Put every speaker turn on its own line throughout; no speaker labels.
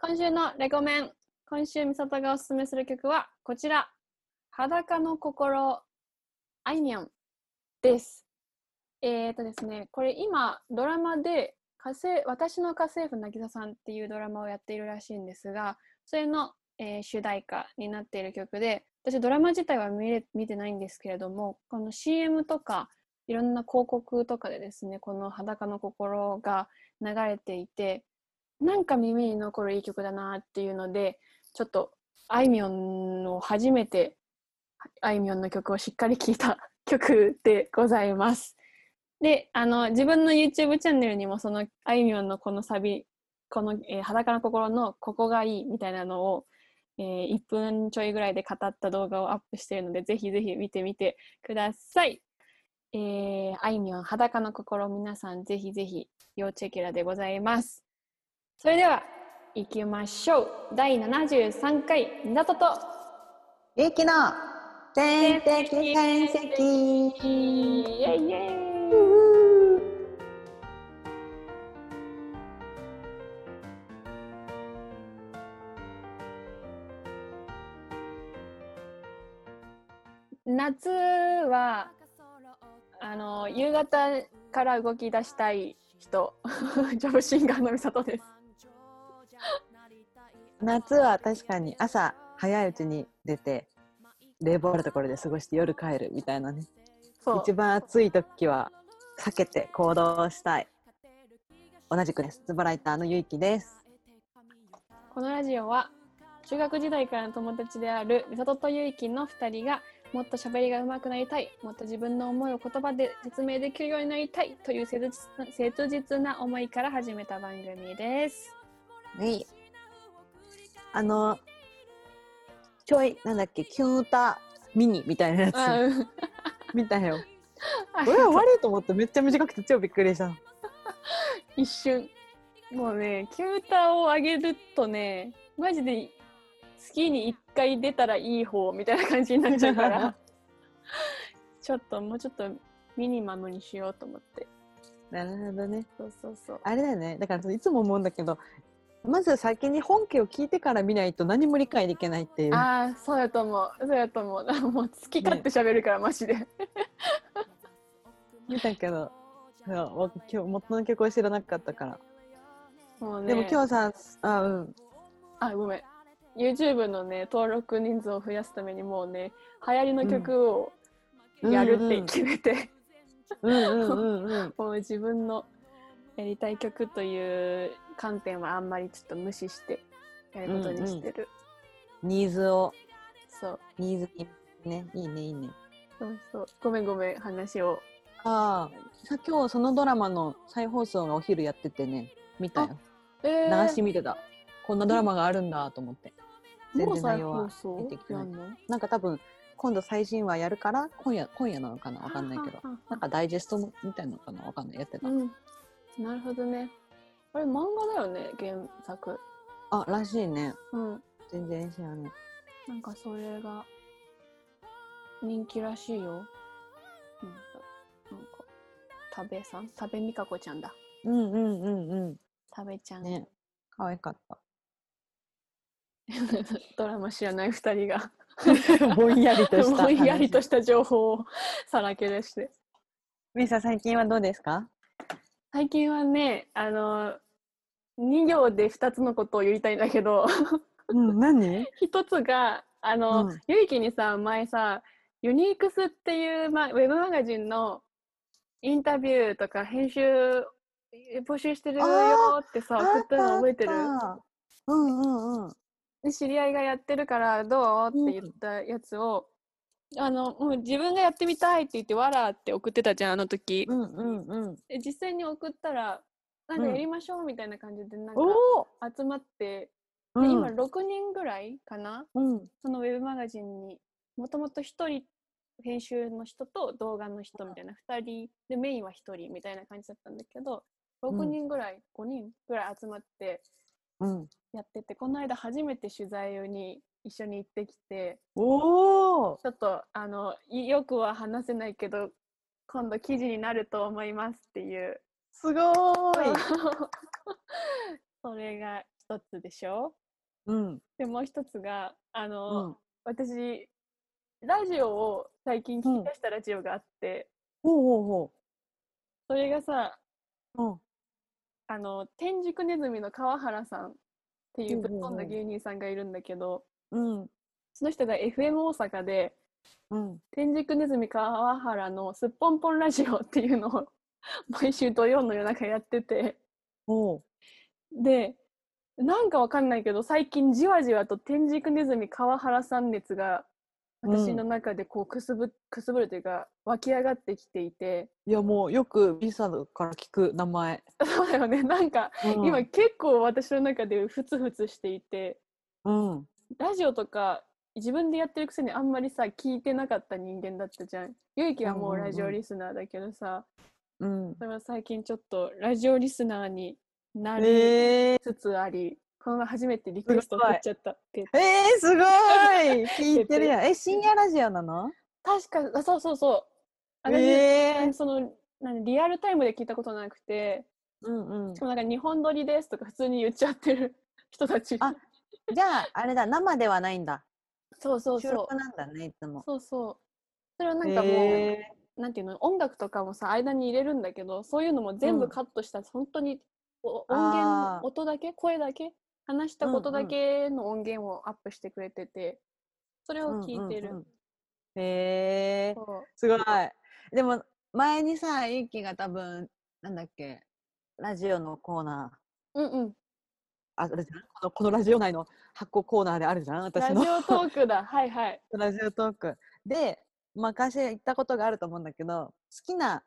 今週のレコメン。今週、みさとがおすすめする曲はこちら。裸の心、あいみょんです。えっ、ー、とですね、これ今、ドラマで家政、私の家政婦なぎささんっていうドラマをやっているらしいんですが、それの、えー主題歌になっている曲で、私ドラマ自体は見れ見てないんですけれども、この CM とか、いろんな広告とかでですね、この裸の心が流れていて、なんか耳に残るいい曲だなっていうので、ちょっとあいみょんを初めてあいみょんの曲をしっかり聴いた 曲でございます。で、あの、自分の YouTube チャンネルにもそのあいみょんのこのサビ、この、えー裸の心のここがいいみたいなのを、え1分ちょいぐらいで語った動画をアップしているので、ぜひぜひ見てみてください。えーあいみょん裸の心皆さんぜひぜひ要チェケラでございます。それでは行きましょう第73回「みなとと
ゆきの全的変
イ
析
エイイエイ夏はあの夕方から動き出したい人 ジョブシンガーのみさとです
夏は確かに朝早いうちに出て冷房あるところで過ごして夜帰るみたいなね
そう
一番暑い時は避けて行動したい同じくですズボライターのゆいきです
このラジオは中学時代からの友達である美里と結城の2人がもっと喋りが上手くなりたいもっと自分の思いを言葉で説明できるようになりたいという切実な切実な思いから始めた番組です。
はいあのちょいなんだっけキュータミニみたいなやつ
あうん
見たよ俺は悪いと思ってめっちゃ短くて超びっくりした
一瞬もうねキューターを上げるとねマジで月に1回出たらいい方みたいな感じになっちゃうから ちょっともうちょっとミニマムにしようと思って
なるほどね
そうそうそう
あれだよねだからそのいつも思うんだけどまず先に本家を聞いてから見ないと何も理解できないっていう
ああそうやと思うそうやと思う もう好き勝手喋るから、マジで
見たけどそうわ今日元の曲を知らなかったから、
もうね
でも今日さあうん
あごめん YouTube のね登録人数を増やすためにもうね流行りの曲をやるって決めて、
うんうんうんうん
もう自分のやりたい曲という観点はあんまりちょっと無視してやることにしてる、
ニーズを
そう
ニーズにねいいねいいね
そうそうごめんごめん話を
ああさ今日そのドラマの再放送がお昼やっててね見たよ
え
流
ー
し見てたこんなドラマがあるんだと思って全
もう
然
再
内容
放
は
送
出てきて
や
ない
んの
なんか多分今度最新話やるから今夜今夜なのかなわかんないけど
はあはあ
なんかダイジェストみたいなのかなわかんないやってた、
うん、なるほどねあれ漫画だよね原作
あらしいね
うん
全然知らない
なんかそれが人気らしいよなんかなんか多部さん多部美香子ちゃんだ
うんうんうん
多部ちゃ、
うんんね可愛かった
ドラマ知らない二人が
ぼんやり とした
ぼんやりと
し
した情報をさらけ出して
ミサ最近はどうですか
最近はねあの2行で2つのことを言いたいんだけど
うん何
一つがあの、
うん
ゆいきにさ前さユニークスっていう、ま、ウェブマガジンのインタビューとか編集募集してるよってさ送ったの覚えてる
うんうんうん
で知り合いがやってるからどうって言ったやつを、あのもう自分がやってみたいって言って「わら」って送ってたじゃんあの時、
うんうんうん
で実際に送ったらなんか
うん
やりましょうみたいな感じでなんか
おお
集まって、
う
で
ん
今6人ぐらいかな
うん
そのウェブマガジンにもともと1人編集の人と動画の人みたいな2人でメインは1人みたいな感じだったんだけど6
うん
人ぐらい、5人ぐらい集まって
うん
やっててこの間初めて取材に一緒に行ってきて
おお
ちょっとあのいよくは話せないけど今度記事になると思いますっていう
すごーい
それが一つでしょ
うん。
でもう一つがあの、
うん。
私ラジオを最近聞き出したラジオがあって、
ほうほうほ
それがさ
う。うん。
あの天竺ネズミの川原さんっていうぶ
ほう
っ
ほうほ
飛
うん
だ芸人さんがいるんだけど
うん。
その人が FM 大阪で
うん。
天竺ネズミ川原のすっぽんぽんラジオっていうのを 毎週土曜の夜中やってて
ほう。
でなんかわかんないけど最近じわじわと天竺ネズミ川原さん熱が私の中でこうくすぶくすぶるというか湧き上がってきていて
いやもうよくリサから聞く名前。
そうだよねなんか
うん
今結構私の中でふつふつしていて
うん。
ラジオとか自分でやってるくせにあんまりさ聞いてなかった人間だったじゃん。ゆうきはもうラジオリスナーだけどさ、
うん。
それは最近ちょっとラジオリスナーになり
えー、
つつあり、この前初めてリクエスト送っちゃったって
えー、すご い聞いてるやん。え、深夜ラジオな の
確かあそうそうそう私、
えー、
その何リアルタイムで聞いたことなくて
うんうん
し。かもなんか「日本撮りです」とか普通に言っちゃってる人たち
あじゃあ、あれだ、生ではないんだ。
そうそう
収
そ
録なんだね、いつ
う
も。
そうそうそれはなんかもう、
え
なんていうの音楽とかもさ間に入れるんだけどそういうのも全
う
部
ん
カットした、本当にお音源
あー
音だけ声だけ話したこと
うんう
だ
ん
けの音源をアップしてくれててそれを
ー
聞いてる、
うんうんうんえー、
そう
すごい。でも、前にさ、ゆきが多分、なんだっけ、ラジオのコーナー。
うんうん
ああるじゃんこのこのラジオ内の発行コーナーであるじゃん私
ラ
の
ジオトークだはい はい
ラジオトーク。で、まあ、会社行ったことがあると思うんだけど、好きな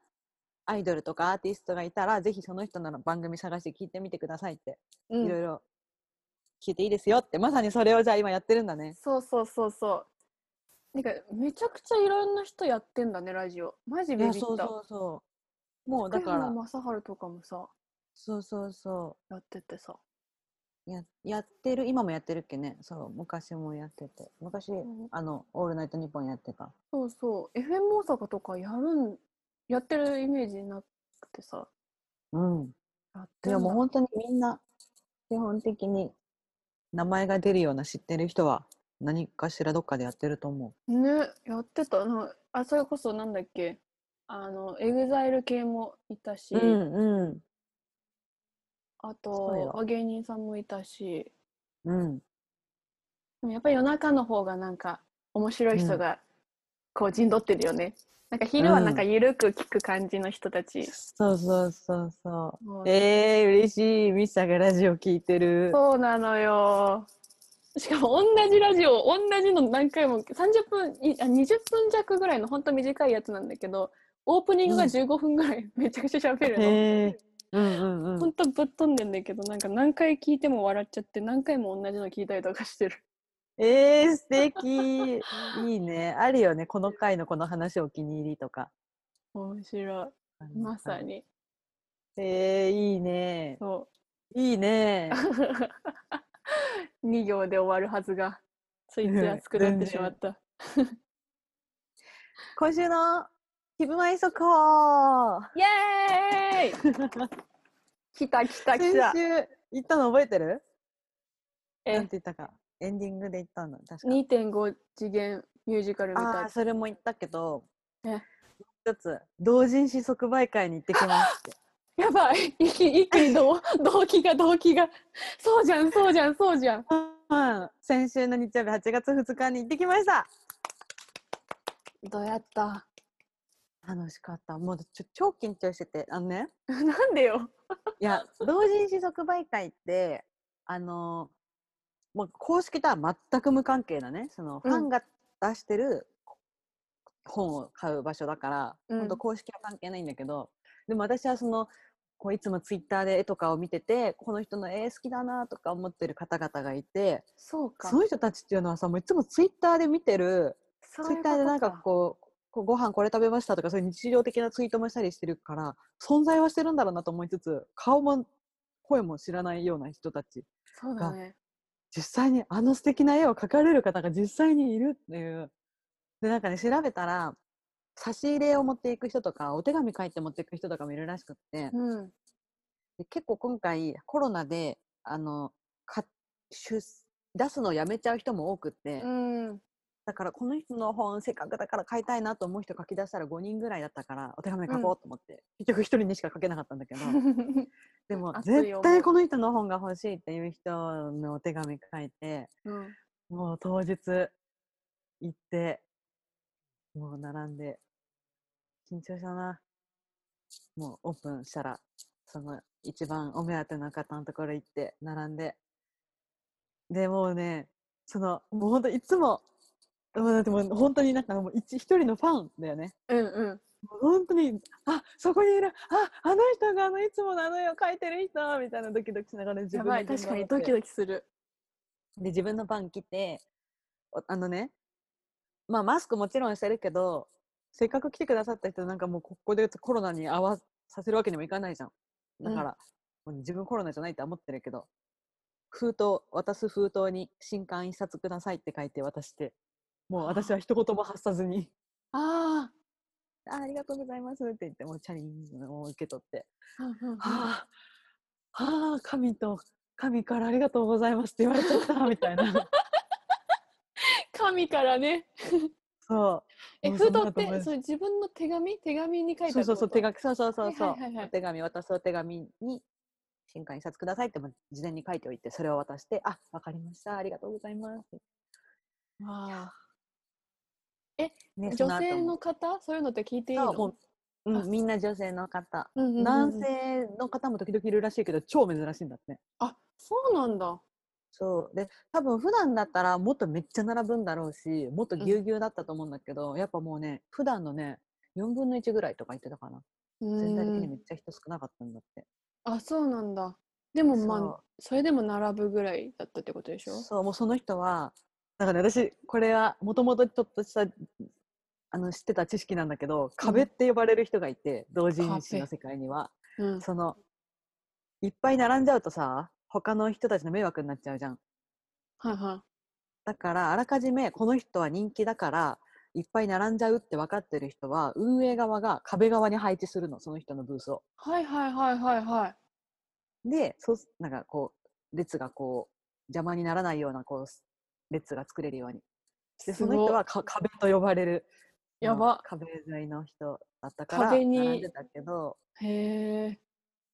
アイドルとかアーティストがいたら、ぜひその人の番組探して聞いてみてくださいって、
うん
いろいろ聞いていいですよって、まさにそれをじゃあ今やってるんだね。
そうそうそうそうなんかめちゃくちゃいろんな人やってんだねラジオマジビビった
そうそうそう。もうだ
福
から
山、雅治とかもさ
そうそうそ
やっててさ、
う。ややってる、今もやってるっけね。そう、昔もやってて。昔、
ん
あの、オールナイトニッポンやってた。
そうそう FM 大阪とかやるんやってるイメージなくてさ
うん。
やって
い
ん
や
だ
もう本当にみんな、基本的に名前が出るような知ってる人は、何かしらどっかでやってると思
ねやってたなあそれこそなんだっけあのエグザイル系もいたし、
う。うん
あ
そう
と
よ
まあ芸人さんもいたし
うん。うん。
でもやっぱり夜中の方がなんか面白い人がこう陣取ってるよね、なんか昼はなんか
う
ゆるく聞く感じの人たち、
そうそうそうそ
もう
う。えー、嬉しい。ミッサがラジオ聞いてる。
そうなのよしかも同じラジオ同じの何回も30分いあ20分弱ぐらいのほんと短いやつなんだけどオープニングが
うん
15分ぐらい めちゃくちゃ喋るの。
えー。うんうんう
ほ
ん
ん。とぶっ飛んでんだけどなんか何回聞いても笑っちゃって何回も同じの聞いたりとかしてる
えー、素敵。いいね。あるよね。この回のこの話お気に入りとか。
面白いまさ。に
えー、いいね。
そ
いいね
う。2行で終わるはずがついつい熱くなってしまった
今週のヒブマイソコー。
イエーイ 来た来た
先
来
週
た
言ったの覚えてる
え
なんて言ったかエンディングで言ったんだ確か
2.5次元ミュージカルみたい
ああーそれも言ったけど
え
もう一つ同人誌即売会に行ってきま すって
やばい一気一気に動 動機が動機がそうじゃんそうじゃんそうじゃん
うん先週の日曜日8月2日に行ってきました
どうやった
楽しかったもうちょ超緊張しててあのね
なんでよ
いや同人誌即売会ってあのーもう公式とは全く無関係なねその
う
フ
ん
ァンが出してる本を買う場所だから、
うん
本当公式は関係ないんだけどでも私はそのこういつもツイッターで絵とかを見ててこの人の絵好きだなとか思ってる方々がいて
そうか
その人たちっていうのはさもういつもツイッターで見てる
そう
ツイ
いうこ
ッ
と
ターでなんかこうこうご飯これ食べましたとかそういう日常的なツイートもしたりしてるから存在はしてるんだろうなと思いつつ顔も声も知らないような人たち
そうだね
実際にあの素敵な絵を描かれる方が実際にいるっていうでなんかね調べたら差し入れを持っていく人とかお手紙書いて持っていく人とかもいるらしくって
うん
で結構今回コロナであのか出出すのをやめちゃう人も多くって、
うん。
だからこの人の本せっかくだから買いたいなと思う人書き出したら5人ぐらいだったからお手紙書こうと思って、結局1人にしか書けなかったんだけ どでも
熱い思い
絶対この人の本が欲しいっていう人のお手紙書いて
うん
もう当日行ってもう並んで緊張したなもうオープンしたらその一番お目当ての方のところ行って並んででもうねそのもうほんといつももうだってもう本当になんかもう一一人のファンだよね
うんうん。
もう本当にあそこにいるああの人があのいつものあの絵を描いてる人みたいなドキドキしながら自
や
分の
ばい、
順
確
番
かに
待っ
ド
て
キドキする。
で自分の番来ておあのねまあマスクもちろんしてるけどせっかく来てくださった人なんかもうここでコロナに合わさせるわけにもいかないじゃんだから、もう自分コロナじゃないって思ってるけど封筒渡す封筒に「新刊一冊ください」って書いて渡してもう私は一言も発さずに
あ
「あありがとうございます」って言ってもうチャリンを受け取って
あ。うんうんうん
はあ、はあ、神と神からありがとうございますって言われちゃったみたいな。
神からね。
そう。
え、
もう
封
そ
筒
んな
っ
友
て、
達
それ自分の手紙手紙に書いて
そ
あ
う
る
そうそう、手書き、そうそうそうそう、
はいはいはいはい
お手紙渡すお手紙に。新刊一冊くださいっても事前に書いておいて、それを渡して、あ、わかりました、ありがとうございます。
あ
ね
ー
そ
女
後も
性の方そういうのって聞いていい
そ
の
うもう、うん、みんな女性の方、
うんうんうんうん
男性の方も時々いるらしいけど、超珍しいんだって。
あ、そうなんだ。
そうで多分普段だったらもっとめっちゃ並ぶんだろうしもっとぎゅうぎゅうだったと思うんだけど、やっぱもうね普段のね4分の1ぐらいとか言ってたかな全体的に
う
め
ん
っちゃ人少なかったんだって
あ、そうなんだ。でもまあ、
そ
それでも並ぶぐらいだったってことでしょ
そうもうその人はだから、ね、私これはもともとちょっとしたあの知ってた知識なんだけど壁って呼ばれる人がいて、同人誌の
壁
世界には
うん。
そのいっぱい並んじゃうとさ他の人たちの迷惑になっちゃうじゃん
はいは
だからあらかじめこの人は人気だからいっぱい並んじゃうって分かってる人は運営側が壁側に配置するのその人のブースを。
い。はいはいはいはいはい。
でそうすなんかこう列がこう邪魔にならないようなこうす列が作れるように。でその
すご
人
っ
はか壁と呼ばれる
やば
あの壁沿いの人だったから
壁
並
に
んでたけど
へえ。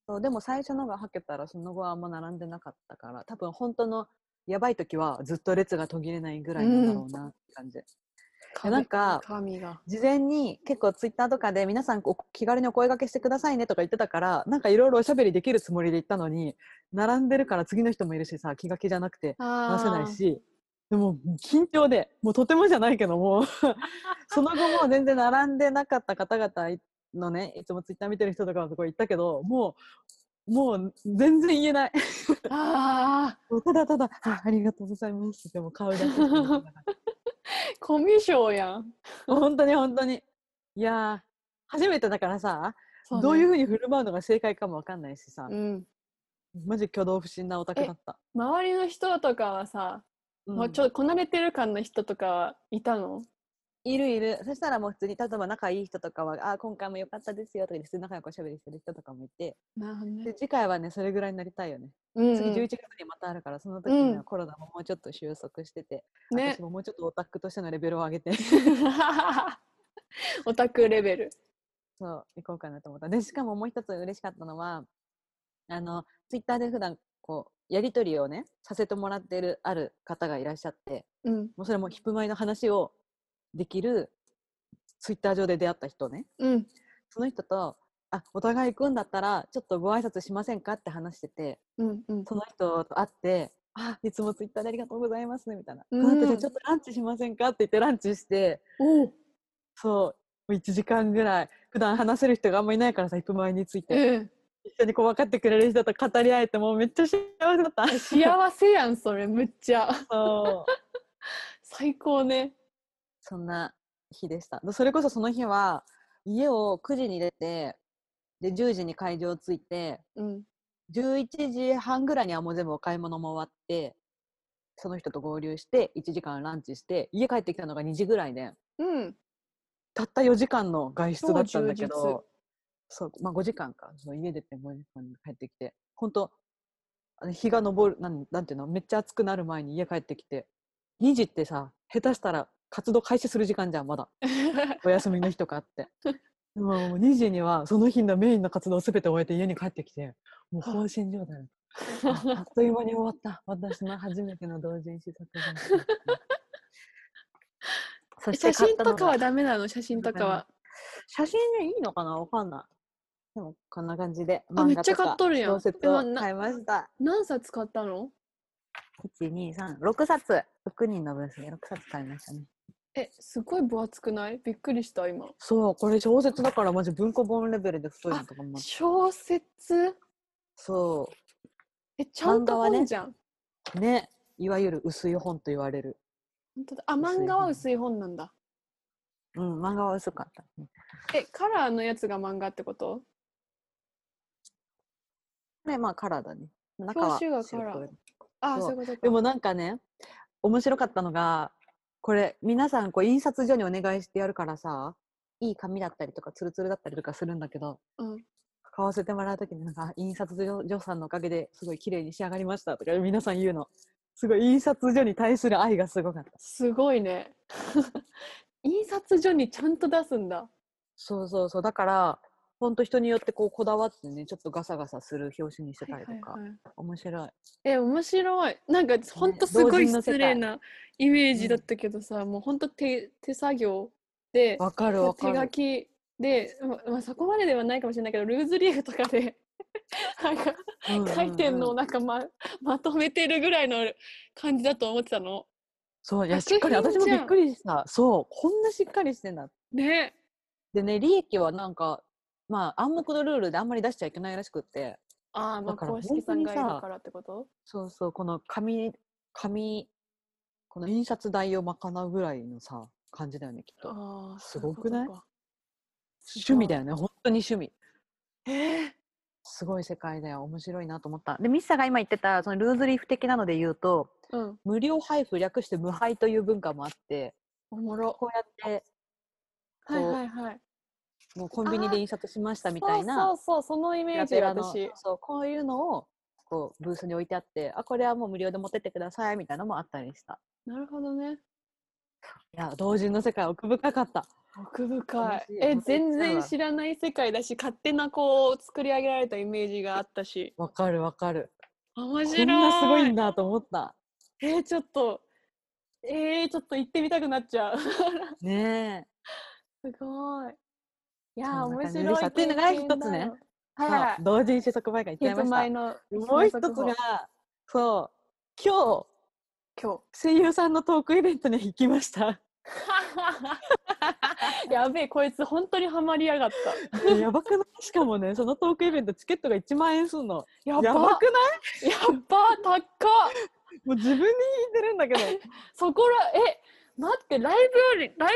そうでも最初のがはけたらその後はあんま並んでなかったから多分本当のやばい時はずっと列が途切れないぐらいなんだろうなって感じ。やなんか
神が。
事前に結構ツイッターとかで皆さんお気軽にお声掛けしてくださいねとか言ってたからなんかいろいろおしゃべりできるつもりで行ったのに並んでるから次の人もいるしさ気が気じゃなくて
あ
話せ
ー
ないしでも緊張でもうとてもじゃないけど もうその後も全然並んでなかった方々のねいつもツイッター見てる人とかのとこ行ったけどもうもう全然言えない
あ
もうただただあありがとうございますでも顔だけしか見てなかった
ー、コミュ障やん。
本当に本当に。いやー、初めてだからさ、
そね
どういうふうに振る舞うのが正解かもわかんないしさ、
うん。
マジ挙動不審なオタクだった。
周りの人とかはさ、もうちょっとこなれてる感の人とかはいたの
いるいる。そしたらもう普通に、例えば仲いい人とかは、あー今回も良かったですよとか言って、普通に仲良くおしゃべりしてる人とかもいて、
なるほど
で
ね。
次回はね、それぐらいになりたいよね。
うん
次
う
11
ん
月にまたあるから、その時に
う
は
ん
コロナももうちょっと収束してて、
ね
私。ももうちょっとオタクとしてのレベルを上げて、
オタクレベル。
そう、行こうかなと思った。で、しかももう一つ嬉しかったのは、あの、ツイッターで普段、こう、やりとりをね、させてもらってるある方がいらっしゃって、
うん。
もうそれもヒップマイの話をできるツイッター上で出会った人ね。
うん。
その人と、あ、お互い行くんだったら、ちょっとご挨拶しませんかって話してて、
うん。うん。
その人と会って、あ、いつもツイッターでありがとうございます、みたいな。
うん
この後じゃあちょっとランチしませんかって言ってランチして、
おう。
そう、1時間ぐらい、普段話せる人があんまいないからさ、ヒップマイについて。
うん。
一緒にこう分かってくれる人と語り合えてもうめっちゃ幸せだった。
幸せやん、それ、むっちゃ。
そう
最高ね。
そんな日でした。それこそその日は家を9時に出てで10時に会場着いて
うん。
11時半ぐらいにはもう全部お買い物も終わってその人と合流して1時間ランチして家帰ってきたのが2時ぐらいで
うん。
たった4時間の外出だったんだ
超充実
けどそう、まあ、5時間かそう家出て5時間に帰ってきて本当あの日が昇るなんなんていうのめっちゃ暑くなる前に家帰ってきて2時ってさ下手したら活動開始する時間じゃんまだお休みの日とかあってでももう2時にはその日のメインの活動を全て終えて家に帰ってきてもう放心状態ああっという間に終わった私の初めての同人誌作品 そして
写
買っ
真
たの
とか
が
はダメなの写真とかは。
写真でいいのかなわかんないでもこんな感じで
あめっちゃ
漫画
買っとるやん
小説を買いました
何冊買ったの
1236冊6人の分数で6冊買いましたね
え、すごい分厚くないびっくりした今。
そうこれ小説だからマジ文庫本レベルで太いのとかもあって
小説
そ
え、ちゃんと
漫画はね
本じゃん。
うねいわゆる薄い本と言われる
本当だあ、漫画は薄い本なんだ。
うん漫画は薄かったね
え、カラーのやつが漫画ってこと
ねまあカラーだね中は
表紙が
白黒
カラーあ、
そ
そうういうことか。
でもなんかね面白かったのがこれ皆さんこう印刷所にお願いしてやるからさいい紙だったりとかツルツルだったりとかするんだけど
うん、
買わせてもらう時になんかあ印刷所所さんのおかげですごい綺麗に仕上がりましたとか皆さん言うのすごい印刷所に対する愛がすごかった
すごいね。 印刷所にちゃんと出すんだ。
そうそうそうだからほんと人によってこうこだわってねちょっとガサガサする表紙にしてたりとか、
はいはいはい
面白い
え、面白い。なんか、ほんとすご
同
い
人の世界
失礼なイメージだったけどさ、もうほんと手手作業で、
わかるわか
手書
る
きで、ままあ、そこまでではないかもしれないけど、ルーズリーフとかで なんか
うんうんうん
書いてんのをなんかま,、まとめてるぐらいの感じだと思ってたの。
そういやし
作
っかり
品
私も
じ
び
ゃん
っくりしたそうこんなしっかりしてんだ
ね。
でね利益はなんかまあ暗黙のルールであんまり出しちゃいけないらしくって
ああ、まあ
だから
公式さんがいる
本当にさ
からってこと
そうそうこの紙紙この印刷代を賄うぐらいのさ感じだよねきっと
ああ、
すごくない
そううことか
趣味だよね本当に趣味
えー
すごい世界だよ面白いなと思ったでミッサが今言ってたそのルーズリーフ的なので言うと
うん、
無料配布略して無配という文化もあって
おもろ。
こうやってこ
はいうはいはい。
もうコンビニで印刷しましたみたいな
そうそうそう、そのイメージ
ペラペラの
私。
そうこういうのをこうブースに置いてあってあこれはもう無料で持ってってくださいみたいなのもあったりした
なるほどね。
いや同人の世界奥深かった
奥深い
楽しい
え
本当
全
に行きたい
然
わ
知らない世界だし勝手なこう作り上げられたイメージがあったし
わかるわかる
面
こ
白い
んなすごいんだと思った
えーちょっとえーちょっと行ってみたくなっちゃう す
ねえ
ごいいやー
そんな
面
感じ
白
で
い
したっていうのが一つね
経験だよはい
ま
は
あ
い
同人誌即売会行っちゃい
一
ま
つ
し
前
た
の
もう一つ
速報
がそう今日
今
声優さんのトークイベントに行きました。
日 やべえこいつ本当にハマりやがった
やばくないしかもね、そのトークイベントチケットが1万円すんの。
やば
やばくない
やば高っ
もう自分に言ってるんだけど。
そこらえ待ってライブよりライ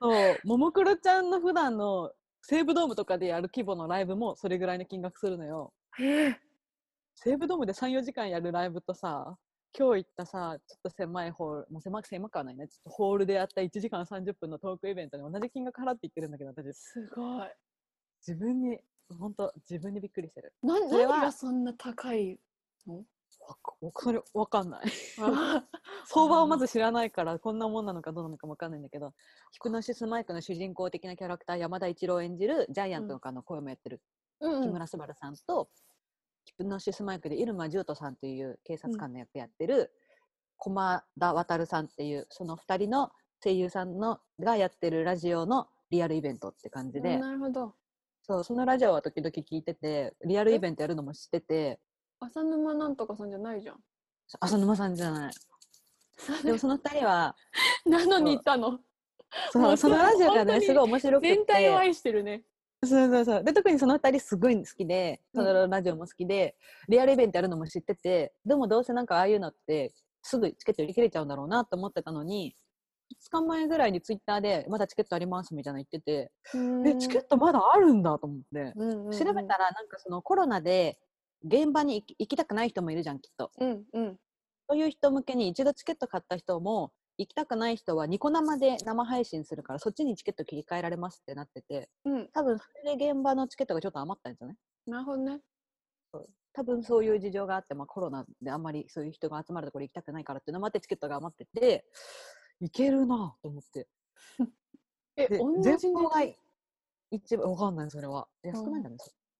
そう、ももクロちゃんの普段の西武ドームとかでやる規模のライブもそれぐらいの金額するのよ。
ブえ
西武ドームで3、4時間やるライブとさ、今日行ったさ、ちょっと狭いホール、もう狭く狭くはないね。ちょっとホールでやった1時間30分のトークイベントに同じ金額払って言ってるんだけど、私、
すごい
自分に、本当自分にびっくりしてる。
な
それは
何がそんな高い
わかそれ、わかんない。
あ
相場をまず知らないからこんなもんなのかどうなのかもわかんないんだけど「ヒプノシスマイク」の主人公的なキャラクター山田一郎演じるジャイアントとかの声もやってる、
うん
木
うん、
村昴さんと、ヒプノシスマイクで入間獣人さんという警察官の役やってる駒田渉さんっていうその2人の声優さんのがやってるラジオのリアルイベントって感じで、
なるほど
そうそのラジオは時々聞いててリアルイベントやるのも知ってて
浅沼なんとかさんじゃないじゃん
浅沼さんじゃない。でもその2人 は
なのに行ったの
そ
もう
うそのラジオが
本当
ね
に
すごい面白くて
全体を愛してるね
そうそうそう。で、特にその二人すごい好きで、
う
そ
ん
のラジオも好きで、リアルイベントやるのも知ってて、でもどうせなんかああいうのって、すぐチケット売り切れちゃうんだろうなと思ってたのに、2日前ぐらいにツイッターで、まだチケットありますみたいなの言ってて、え、チケットまだあるんだと思って。
うんうんうん、
調べたら、なんかそのコロナで、現場に行き行きたくない人もいるじゃん、きっと。
うんうん
そういう人向けに一度チケット買った人も、行きたくない人はニコ生で生配信するから、そっちにチケット切り替えられますってなってて、
うん
多分それで現場のチケットがちょっと余ったんですよね。
なるほどね
多分そういう事情があって、まあ、コロナであんまりそういう人が集まるところ行きたくないからっていうのもあってチケットが余ってて行けるなと思って
え、
で
同じ
前
値段
方が一番わかんないそれは安くないんだね、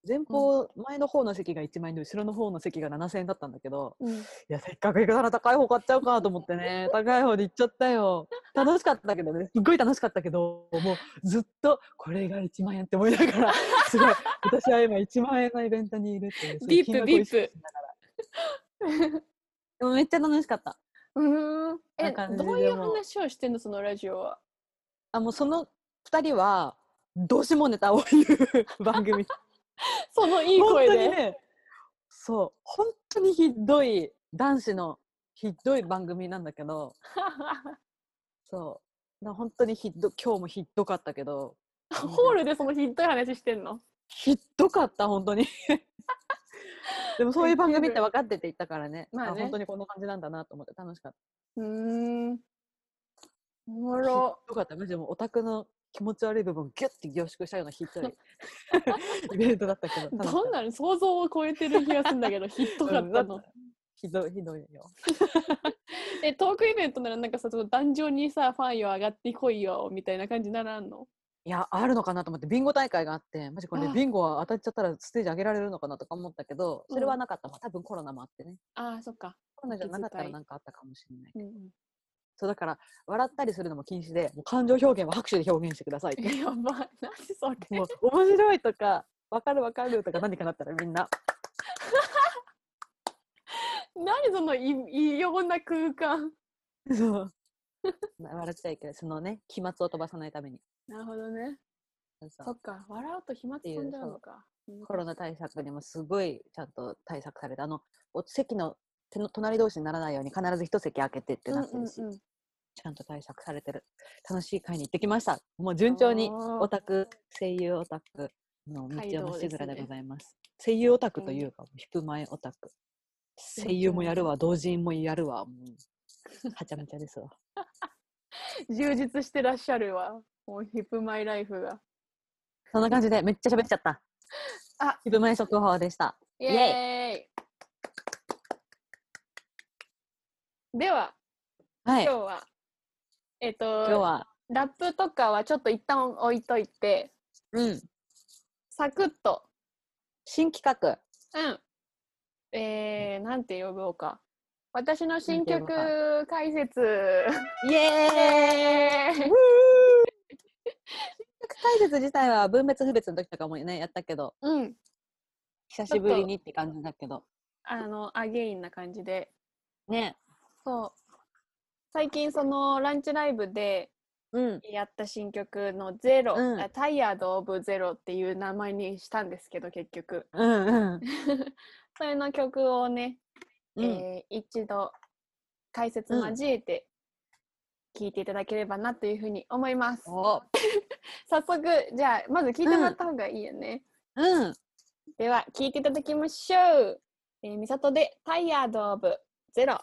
前方、前の方の席が1万円で後ろの方の席が7000円だったんだけど
うん
いやせっかく行くなら高い方買っちゃうかと思ってね高い方で行っちゃったよ楽しかったけどねすっごい楽しかったけどもうずっとこれが1万円って思いながら すごい私は今1万円のイベントにいるっていうそうい
ビープ
う金額を
ビープ
意識しながらでもめっちゃ楽しかった
うーんえ
な感じで
どういう
もう
話をしてんのそのラジオは
あもうその2人はどうしもネタを言う 番組
そのいい声
本当
で、
にねそう本当にひどい男子のひどい番組なんだけどそうな本当にひど今日もひどかったけど
ホールでそのひどい話してんの
ひどかった本当に でもそういう番組って分かってて言ったからね,、
まあね
本当にこんな感じなんだなと思って楽しかっ
うーんおも
たひ
ろ
どかったマジでもうオタクの気持ち悪い部分をギュッて凝縮したようなひど いイベントだったけど楽しかっ
どんなの想像を超えてる気がするんだけ どひど
た
かった
う
の
んひどいひどいよ
えトークイベントならなんかさその壇上にさファンよ上がってこいよみたいな感じならんの
いや、あるのかなと思って、ビンゴ大会があって、マジこれ、
ああ
ビンゴは当たっちゃったらステージ上げられるのかなとか思ったけど、それ
う
は
ん
なかった。まあ、多分コロナもあってね。
あーそっか、
コロナじゃなかった
息
ら
遣い
なんかあったかもしれない。
うんうん
そう、だから、笑ったりするのも禁止で、もう感情表現は拍手で表現してくださいっ
え
て。
やばい何それ
もう、面白いとか、わかるわかるとか何かなったらみんな、
何そのい異様な空間
そう。 笑っちゃいけない。そのね、飛沫を飛ばさないために。
なるほどね
そうそう
そっか笑うと飛沫飛んじゃうのかうん
コロナ対策にもすごいちゃんと対策されて、あの、お席の手の隣同士にならないように必ず一席空けてってなってるし。
うんうんうん
ちゃんと対策されてる。楽しい会に行ってきました。もう順調に
おー
オタク、声優オタクの道
街道
をまっしぐらで
ですね
ございます。声優オタク
うん
というか、引く前オタク。
ん
声優もやるわ、同人もやるわ、もう、はちゃめちゃですわ。
充実してらっしゃるわもうヒップマイライフが
そんな感じで、めっちゃ喋っちゃった。
あ
引く前速報でした。
イ
エーイ
エーイでは
は
今
い。今
日は、えっ、と
日は、
ラップとかはちょっと一旦置いといて
うん、
サクッと
新企画。
うんえー、なんて呼ぼうか私の新
なんて呼ぼ
曲解説イ
イエ
エーイ
解説自体は分別不別の時とかもね、やったけど、
うん
久しぶりにって感じだけど。
あのアゲインな感じで
ね。
そう最近そのランチライブで
うん。
やった新曲の「ゼロ、
うん
あタイヤード・オブ・ゼロ」っていう名前にしたんですけど結局
うんうん。
それの曲をね、
うん
えー一度解説交えて聴いていただければなというふうに思います、
お
早速じゃあまず聴いてもらった方がいいよね、
うん。
では聴いていただきましょう、えー、みさとで「タイヤード・オブ・ゼロ」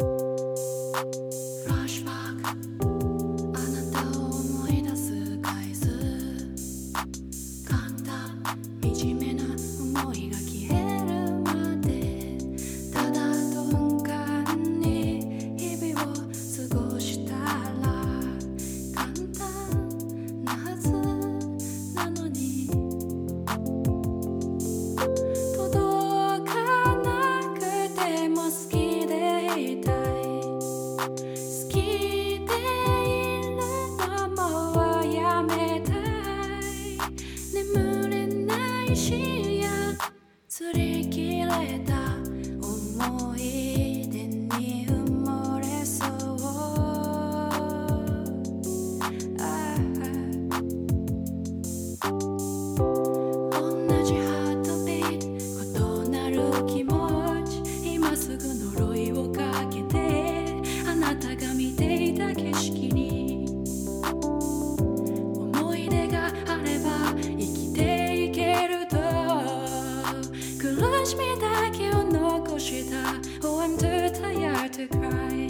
フラッシュバックあなたを思い出す回数簡単惨めな思いが消えるまでただ鈍感に日々を過ごしたら簡単した「Oh I'm too tired to cry」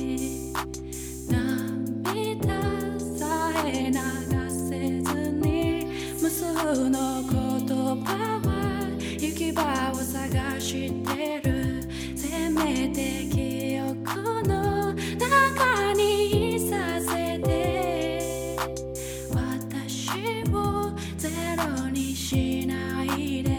「涙さえ流せずに」「無数の言葉は行き場を探してる」「せめて記憶の中にいさせて」「私をゼロにしないで」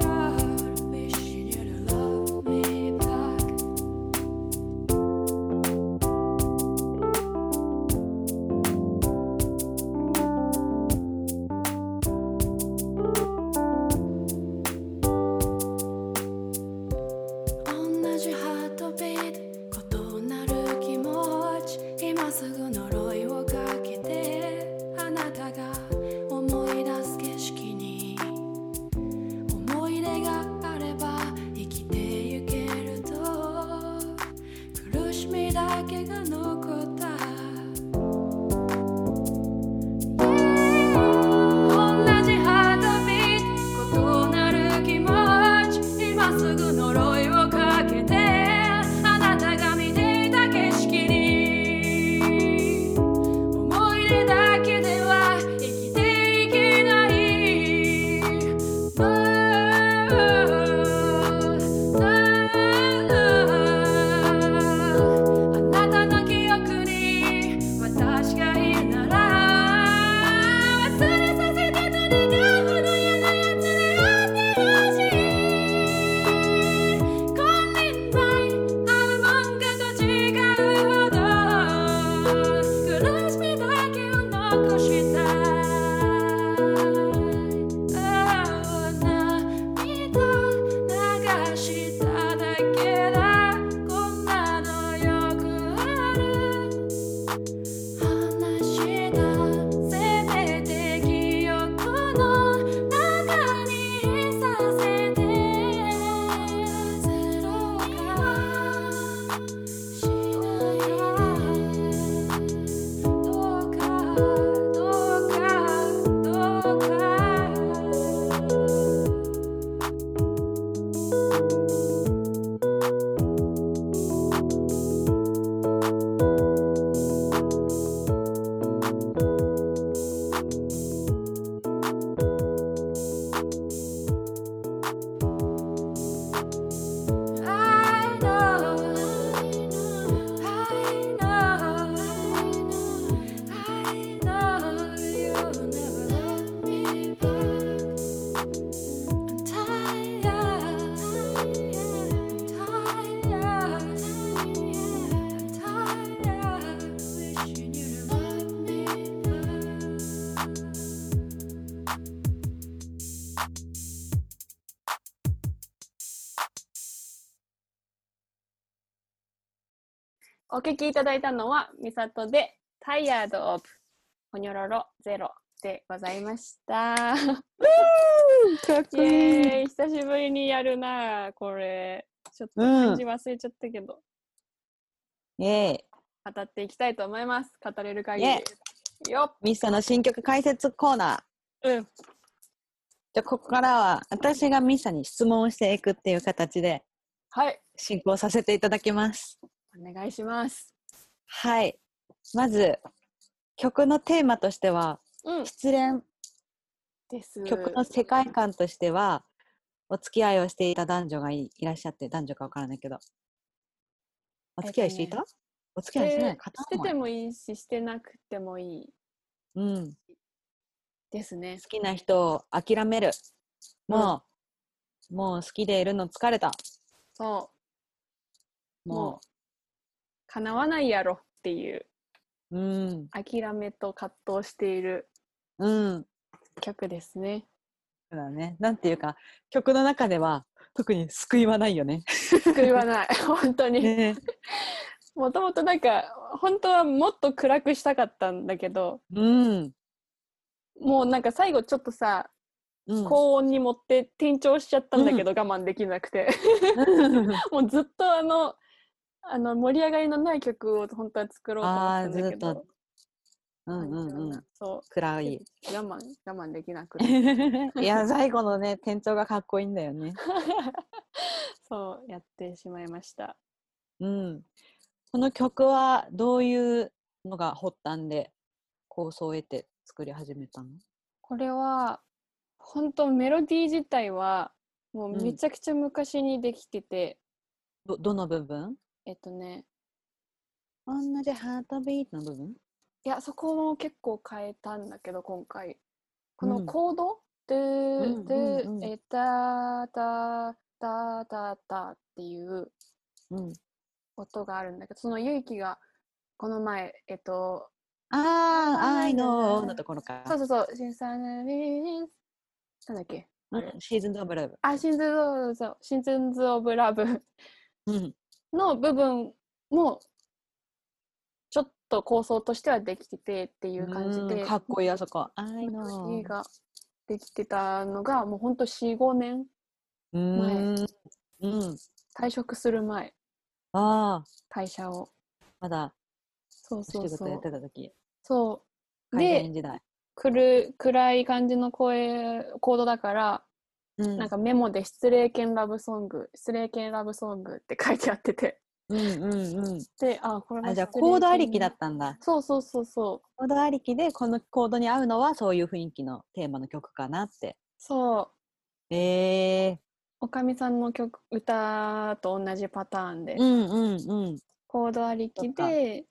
Tired, wishing you'd love me back.「同じハートビート」「異なる気持ち」「今すぐ呪いをかけて」「あなたが思い出す景色に」「思い出があれば生きてゆけると」「苦しみだけが残った」「同じハートビート」「異なる気持ち」「今すぐ呪いをかけて」「あなたが見ていた景色に」「思い出だけでは生きていけない」「あなたの記憶に私がいるなら忘れさせてと願うほど嫌なやつであってほしい金ないあるもんかと違うほど苦しみだけを残したい涙流しただけだこんなのよくある「話したせめて記憶の中にいさせて」「ゼロかしないで」「どうかどうかどうか」I know, I know, I know you'll never love me back. I'm tired, tired, I'm tired, wishing you'd love me back.
お聞きいただいたのは、みさとで、Tired of ほにょろろゼロでございました。
かっ
イエーイ 久しぶりにやるな、これ。ちょっと漢字忘れちゃったけど、
イエーイ
語っていきたいと思います。語れる限
イエ
り。よっ
ミスさんの新曲解説コーナー。
うん。
じゃあ、ここからは私がミスさんに質問をしていくっていう形で
はい。
進行させていただきます。
お願いします。
はい。まず、曲のテーマとしては、
うん。
失恋、
です。
曲の世界観としては、お付き合いをしていた男女がいいらっしゃって、男女かわからないけど。お付き合いしていた、
えっ
お付き合いしてな
で
い片
して
思い
てもいいし、してなくてもいい
うん。
ですね
好。きな人を諦める。もう、もう好きでいるの疲れた。
そう。
も
もう叶わないやろっていう
う、うん、
諦めと葛藤している
うん。
曲ですね。
そうだね。なんていうか、曲の中では、特に救いはないよね。
救いはない 本当に
ね
もともとなんか本当はもっと暗くしたかったんだけど
うん。
もうなんか最後ちょっとさ、
うん
高音に持って転調しちゃったんだけど、我慢できなくて もうずっとあのあの盛り上がりのない曲を本当は作ろうと思ったんだけ
あーず
ど
っうんうんうん。
そ
暗い。
う 我慢我慢できなくて
いや、最後のね、店長がかっこいいんだよね。
そうやってしまいました
うん。この曲はどういうのが発端で構想を得て作り始めたの
これは本当メロディー自体はもうめちゃくちゃ昔にできてて、
どどの部分
えっとね
同じハートビートの部分
いやそこも結構変えたんだけど今回こ
う
の
ん
コード「ド
う
ゥ
ん
ドゥ
うんうん
えたたたたた」っていう
うん。
音があるんだけどそのゆいきがこの前えっと
あー、
I
I
know
know のところか。
そうそうそう「シンサナリーズ」なんだっけ
うんシーズンドブラブ。
あシンズンズ・シンズンズ・オブ・ラブ
うん。
の部分もちょっと構想としてはできててっていう感じ
う
で
んかっこいい、あそこ。
メ
I
ロディ
know
ー。ができてたのがもうほんと45年
うーん。うん。
退職する前
ああ、
退社を
まだ
そう
お仕
そうそ
事やっ
う
てた時。
そう
会社
で
員時代。
くる暗い感じの声コードだから、
うん
なんかメモで「失礼犬ラブソング」「失礼犬ラブソング」って書いてあってて
うんうんうん。
であこれは
あじゃあ
失礼犬
コードありきだったんだ。
そうそうそうそう
コードありきでこのコードに合うのはそういう雰囲気のテーマの曲かなって。
そう
ええ
おかみさんの曲歌と同じパターンで、
うんうんうん。
コードありき
そっ
で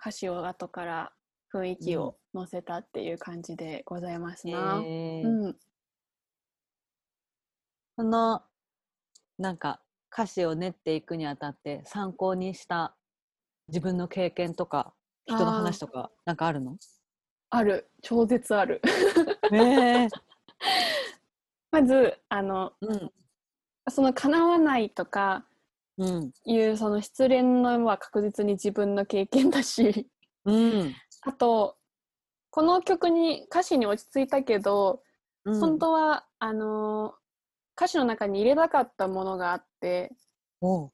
歌詞を後から雰囲気を乗せたっていう感じでございます
え
な。
え
うん、
そのなんか歌詞を練っていくにあたって参考にした自分の経験とか人の話とかなんかあるの？
ある超絶ある
ええ
まずあの
うん
その叶わないとか
うん
いうその失恋のは確実に自分の経験だし
うん。
あとこの曲に歌詞に落ち着いたけど、本当はあの歌詞の中に入れなかったものがあって
おう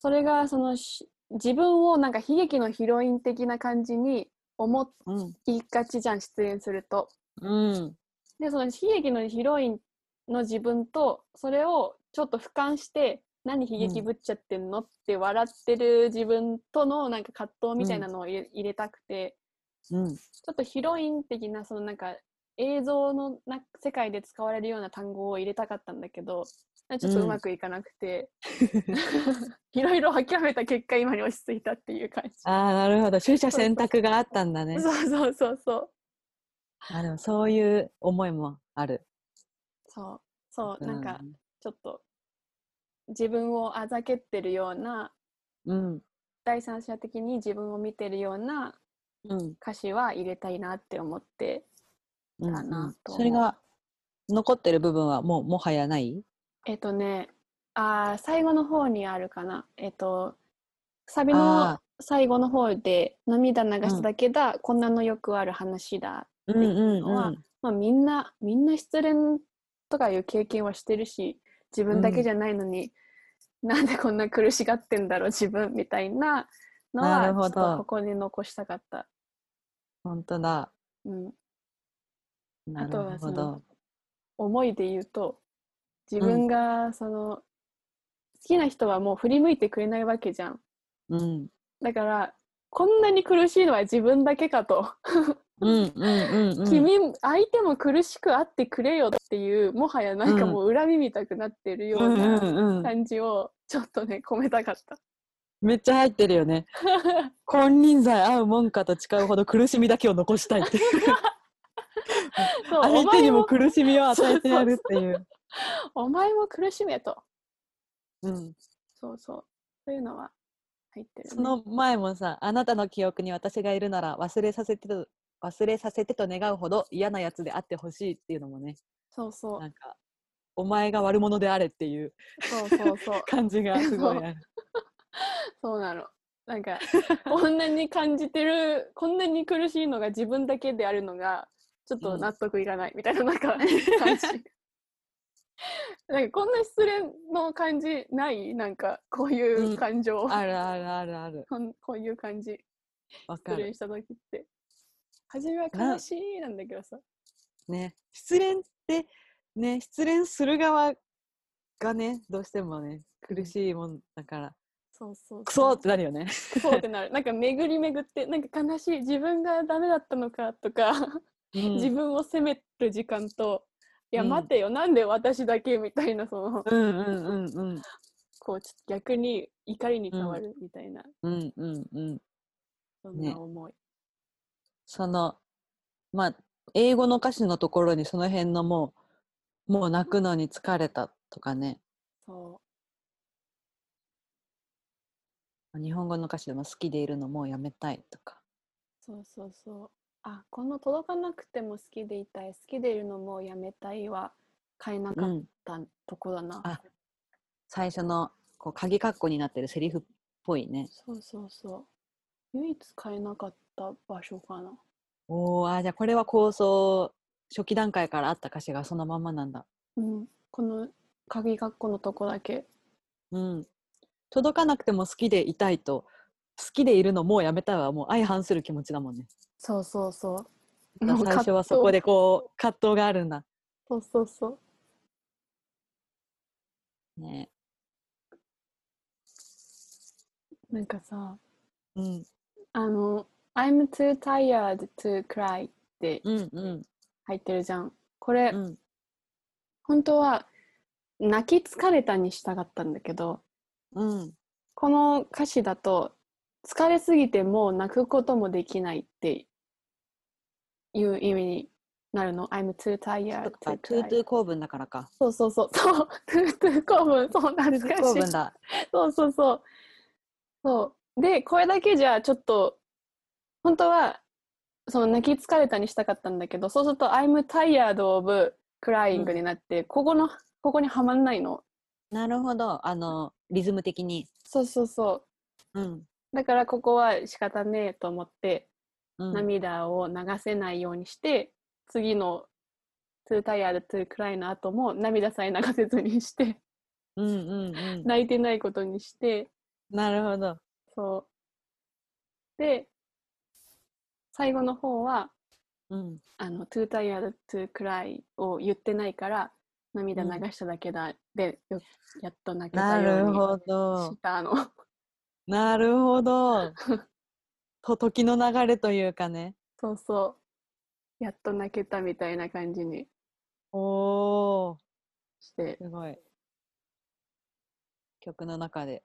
それがそのし自分をなんか悲劇のヒロイン的な感じに思
うん
いがちじゃん出演すると。
うん
でその悲劇のヒロインの自分とそれをちょっと俯瞰して何悲劇ぶっちゃってんのって笑ってる自分とのなんか葛藤みたいなのを入れ入れたくて
うん
ちょっとヒロイン的なそのなんか映像のな世界で使われるような単語を入れたかったんだけどちょっとうまくいかなくて、 いろいろ諦めた結果今に落ち着いたっていう感じ。
ああなるほど取捨選択があったんだね。
そうそうそうそう
あでもそういう思いもある。
そうそうなんかちょっと自分をあざけってるような
うん
第三者的に自分を見てるような
うん
歌詞は入れたいなって思って
うん
かな
うん
と思う
それが残ってる部分はもうもはやない
えっとねあー最後の方にあるかなえっとサビの
あ
最後の方で「涙流しただけだ、こんなのよくある話だ
うんうん
うんうんまあ、みんなみんな失恋とかいう経験はしてるし自分だけじゃないのに、なんでこんな苦しがってんだろう自分みたいなの
な
は
るほど
ちょっとここに残したかった、
本当だ
うん、
な
とは
る
そ
ほ
の
ど
思いで言うと自分がその、好きな人はもう振り向いてくれないわけじゃん
うん
だからこんなに苦しいのは自分だけかと、
うんうんうんうん
君相手も苦しくあってくれよっていうもはやなんかもう恨みみたくなってるよ
う
うな、
んうんうん
感じをちょっとね込めたか った。
めっちゃ入ってるよ ね金輪際合うもんかと誓うほど苦しみだけを残したいっていう
そうお
相手
前
にも
も
苦しみを与えてやるっていう
お前も苦しめと。
うん
そうそう。そういうのは入ってる、ね。
その前もさあなたの記憶に私がいるなら忘れさせてと忘れさせてと願うほど嫌なやつであってほしいっていうのもね
そうそう
なんかお前が悪者であれっていう
そうそうそう
感じがすごいある。
そうなのなん かこんなに感じてるこんなに苦しいのが自分だけであるのがちょっと納得いかないみたいななん か感じなんかこんな失恋の感じないなんかこういう感情、
あるあるあるある。
こんこういう感じ
わか
失
る
恋。した時って初めは悲しいなんだけどさ
ね。失恋って、ね、失恋する側がね、どうしてもね、苦しいもんだから、
そうそう
クソってなるよね。
クソってなるなんか巡り巡ってなんか悲しい自分がダメだったのかとか、
うん
自分を責める時間といや
うん
待てよ、なんで私だけみたいなその
うんうんうんうん。
こうちょっと逆に怒りに変わるみたいな、
うんうんうん。
そんな思い、
その、まあ、英語の歌詞のところにその辺のもう、もう泣くのに疲れたとかね、
そ
日本語の歌詞でも好きでいるのもうやめたいとか。
うそうそうそうあこの届かなくても好きでいたい好きでいるのもうやめたいは変えなか
う
っ
ん。
たとこだな、
あ最初の、こう、鍵括弧になってるセリフっぽいね。
そうそうそう唯一変えなかった場所かな
おーあーじゃあこれは構想初期段階からあった歌詞がそのまんまなんだ。
うんこの鍵括弧のとこだけ
うん。届かなくても好きでいたいと、好きでいるのもうやめたいはもう相反する気持ちだもんね。
そうそうそう
だから最初はそこでこう葛藤があるんだ。
そうそうそう
ね。
なんかさ
うん
あの「I'm too tired to cry」って
うんうん
入ってるじゃんこれ、
うん
本当は「泣き疲れた」にしたかったんだけど
うん。
この歌詞だと「疲れすぎてもう泣くこともできない」っていう意味になるの「I'm too
そ
tired
っか
to
トゥート
cry
ゥー構文だからか。」
そうそうそうそう「トゥートゥー構文」そう懐かし
構
い
文だ。
そうそうそう。そう。で、これだけじゃちょっと、本当は、その泣き疲れたにしたかったんだけど、そうすると I'm tired of crying になって、ここの、ここにはまんないの。
なるほど。あのリズム的に。
そうそうそ
うん。
う。だからここは仕方ねえと思って、
うん、
涙を流せないようにして、次の too tired to cry の後も涙さえ流せずにして、
うんうんうん。
泣いてないことにして、
なるほど。
そう。で、最後の方は、
うん。
あの、too tired to cry を言ってないから、涙流しただけだ、でよ、やっと泣けた
な
よ
る
う
ほ
に
ど
し。たの。
なるほど。と時の流れというかね。
そうそう。やっと泣けたみたいな感じに
おー
して、
すごい。曲の中で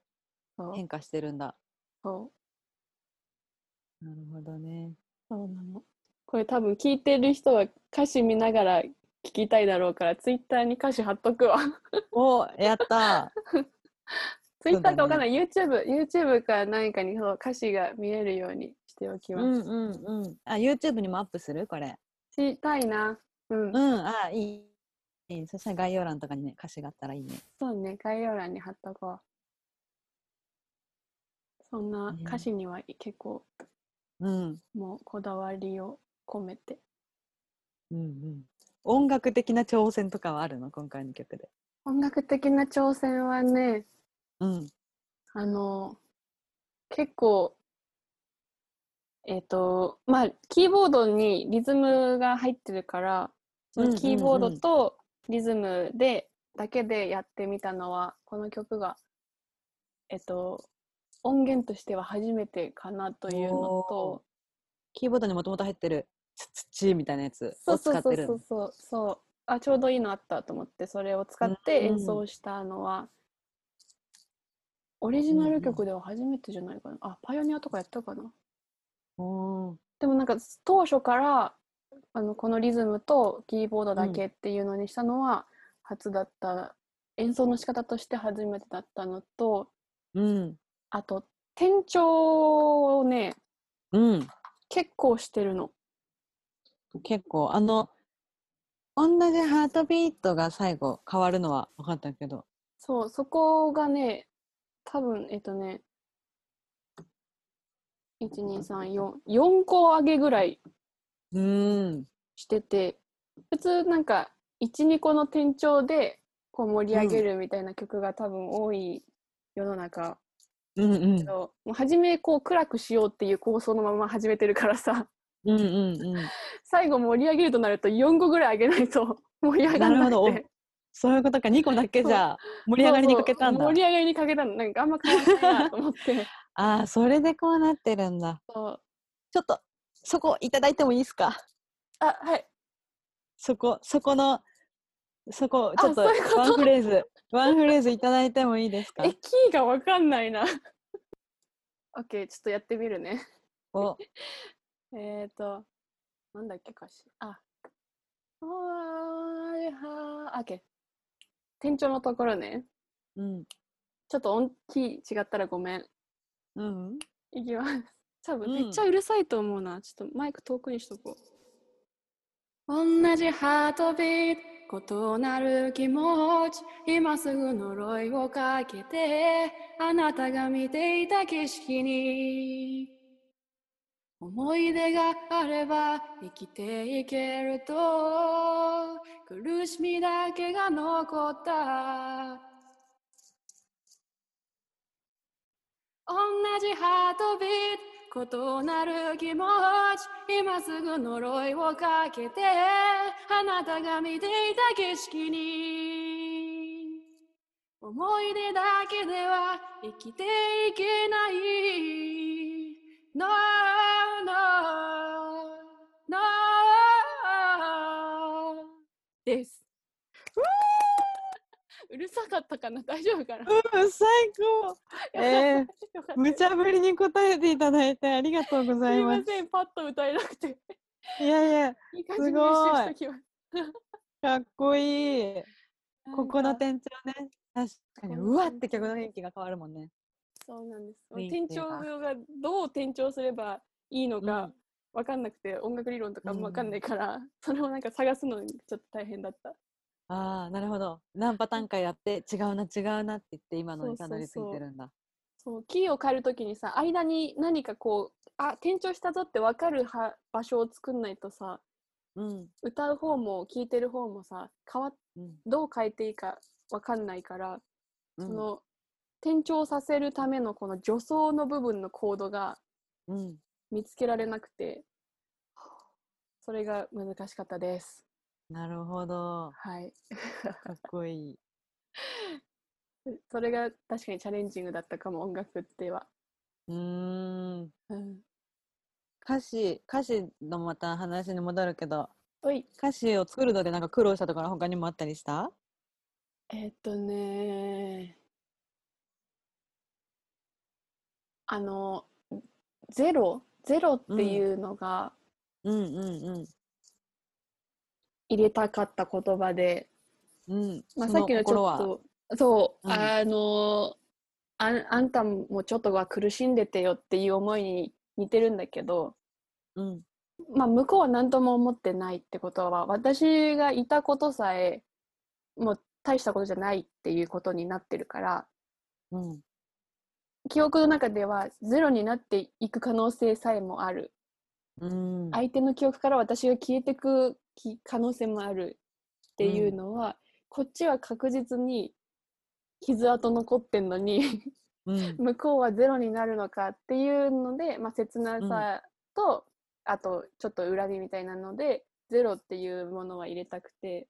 そう
変化してるんだ。
そう
なるほどね。
そうなの。これ多分聞いてる人は歌詞見ながら聞きたいだろうから、ツイッターに歌詞貼っと くわ。
おやった
ツイッターかわかんない、YouTube、YouTube か何かにそう歌詞が見えるようにしておき
ー
ます。
うんうんうん。あ、YouTube にもアップするこれ。
したいな。うん
う。ん、あ、いい。いいそしたら概要欄とかにね、歌詞があったらいいね。
そうね、概要欄に貼っとこう。そんな
ね
歌詞には結構
うん。
もうこだわりを込めて。
うんうん。音楽的な挑戦とかはあるの今回の曲で。
音楽的な挑戦はね、
うん。
あの、結構、えっ、と、まあ、キーボードにリズムが入ってるから、そ
うん
の
うんうん
キーボードとリズムで、だけでやってみたのは、この曲が、えっ、と、音源としては初めてかなというのと、
キーボードにもともと入ってる、つ土みたいなやつ
そ
を
う
使
そう
っ
そ
て
う
る
そ
の
うそうそうあちょうどいいのあったと思ってそれを使って演奏したのは、オリジナル曲では初めてじゃないかな、あパイオニアとかやったかな
おー
でもなんか当初からあのこのリズムとキーボードだけっていうのにしたのは初だった、演奏の仕方として初めてだったのと
うん。
あと転調をね
うん。
結構してるの
結構あの同じハートビートが最後変わるのは分かったけど
そう、そこがね、多分えっとね、1、2、3、4、4個上げぐらいう
ーん
してて、普通なんか、1、2個の転調でこう盛り上げるみたいな曲が多分多い世の中。
うんう
そ
ん
うもう初めこう暗くしようっていう構想のまま始めてるからさ、
うんうんうん
最後盛り上げるとなると4個ぐらい上げないと盛り上がらな
なるほ
く
ど
て。
そういうことか2個だけじゃ盛り上がりにかけたんだ
そうそう盛り上がりにかけたのなんかあんま変わらないなと思って
ああそれでこうなってるんだ
そう
ちょっとそこいただいてもいいですか
あはい
そこそこのそこ
あ
ちょっと
そういうこと
ワンフレーズワンフレーズいただいてもいいです か
えキーがわかんないな OK ちょっとやってみるね
お
えーとなんだっけ歌詞ああーはー OK 店長のところね
うん
ちょっと音キー違ったらごめん
うん
いきます。多分、
うん
めっちゃうるさいと思うな。ちょっとマイク遠くにしとこう。同じハートビート、異なる気持ち、今すぐ呪いをかけて、あなたが見ていた景色に。思い出があれば生きていけると、苦しみだけが残った。同じハートビート異なる気持ち今すぐ呪いをかけてあなたが見ていた景色に思い出だけでは生きていけない No, no, no ですうるさかったかな大丈夫かな
うん最 高え
よかった
ー、無茶ぶりに答えていただいてありがとうござ
す
い
い
ま。
ますせん、パッと歌えなくて。
いやいや、
いい感じに
すごい
練習しときます。
かっこいい。ここの
なんか
店長ね。確かに、
こ
う
の
わ
店長
って曲の雰囲気が変わるもんね。
そうなんです。
雰囲気
店
が
長がどう転調すればいいの
う
か
ん
分かんなくて、音楽理論とかも分かんな
う
いから、 それをなんか探すのにちょっと大変だった。
ああ、なるほど。何パターンかやって、違うな、違うなって言って、今のに
そうそ
たど
う
り着
そう
いてるんだ。
そうキーを変えるときにさ、間に何かこう、あ、転調したぞって分かるは場所を作んないとさ、
うん。
歌う方も聴いてる方もさ、変わ
うん。
どう変えていいか分かんないから、
う
そ
ん
の転調させるためのこの助走の部分のコードが
うん。
見つけられなくてそれが難しかったです
なるほど。
はい
かっこいい。
それが確かにチャレンジングだったかも音楽では、
うーん。
うん、
歌詞、歌詞のまた話に戻るけど、
おい
歌詞を作るのでなんか苦労したところ他にもあったりした
えーっとねあのゼロゼロっていうのが
うんうん
入れたかった言葉で、
うん。うん。
まあ、
そ
さっきのち
心は
ょっとそう、
うん
あのあんあんたもちょっとは苦しんでてよっていう思いに似てるんだけど、
うん。
まあ、向こうは何とも思ってないってことは私がいたことさえもう大したことじゃないっていうことになってるから
うん。
記憶の中ではゼロになっていく可能性さえもある
うん。
相手の記憶から私が消えてくき可能性もあるっていうのは、こっちは確実に傷跡残ってんのに
うん。
向こうはゼロになるのかっていうので、まあ、切なさと、あとちょっと恨みみたいなのでゼロっていうものは入れたくて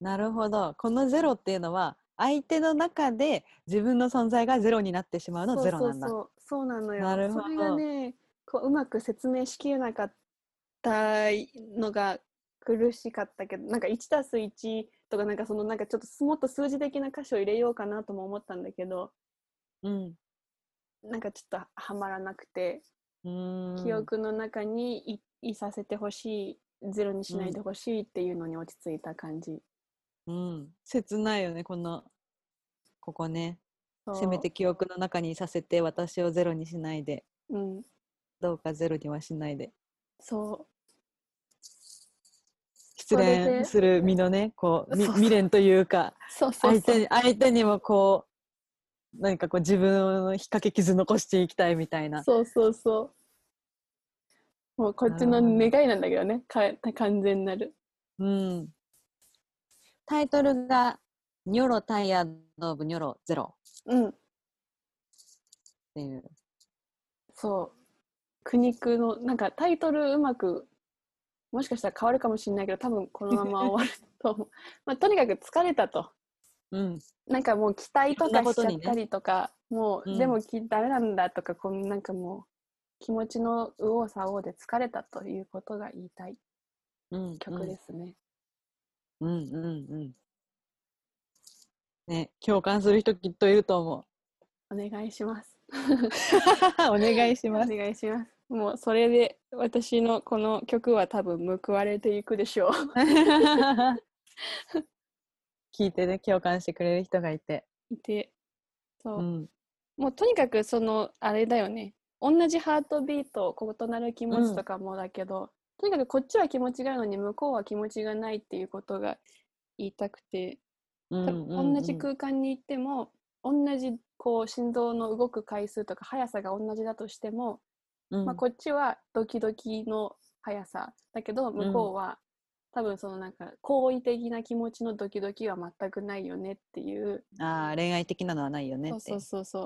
なるほど。このゼロっていうのは、相手の中で自分の存在がゼロになってしまうのゼロなんだ。
そうそうそうそうなのよ
なるほど
それがねこううまく説明しきれなかったのが苦しかったけどなんか 1+1 とかなんかそのなんかちょっともっと数字的な箇所を入れようかなとも思ったんだけど
うん。
なんかちょっとはまらなくて、
うーん
記憶の中にいいさせてほしいゼロにしないでほしいっていうのに落ち着いた感じ。
うん。切ないよね、この、ここね。
そう
せめて記憶の中にいさせて、私をゼロにしないで、
うん
どうかゼロにはしないで。
そう
失恋する身のねこうみ
そうそう
未練というか
そうそう
相
そう
手に相手にもこう何かこう自分の引っ掛け傷残していきたいみたいな
そうそうそうもうこっちの願いなんだけどねか完全なる
うんタイトルが「ニョロタイヤドオブニョロゼロ」
うん
っていう
そう苦肉のなんかタイトルうまくもしかしたら変わるかもしれないけど多分このまま終わると 思う、まあ、とにかく疲れたと
うん
なんかもう期待と
いろ
か
んなこ
し
と
ちゃ
に
っ
ね
たりとかもう、
うん
でもきダメなんだとかこのなんかもう気持ちの右往左往で疲れたということが言いたい
うん
曲ですね、
うんうんうんね共感する人きっといると 思う
お願いします
お願いし
お
ます
願いしますもうそれで私のこの曲は多分報われていくで しょう
聞いてね共感してくれる人がいて、
でそう、
うん、
もうとにかくそのあれだよね同じハートビート異なる気持
うん
ちとかもだけど、とにかくこっちは気持ちがあるのに向こうは気持ちがないっていうことが言いたくて
うん
多
うんうん
分同じ空間に行っても、同じこう心臓の動く回数とか速さが同じだとしても、
うん
まあ、こっちはドキドキの速さだけど向こうは、多分そのなんか好意的な気持ちのドキドキは全くないよねっていう、
あー恋愛的なのはないよね
そう
って
そうそうそ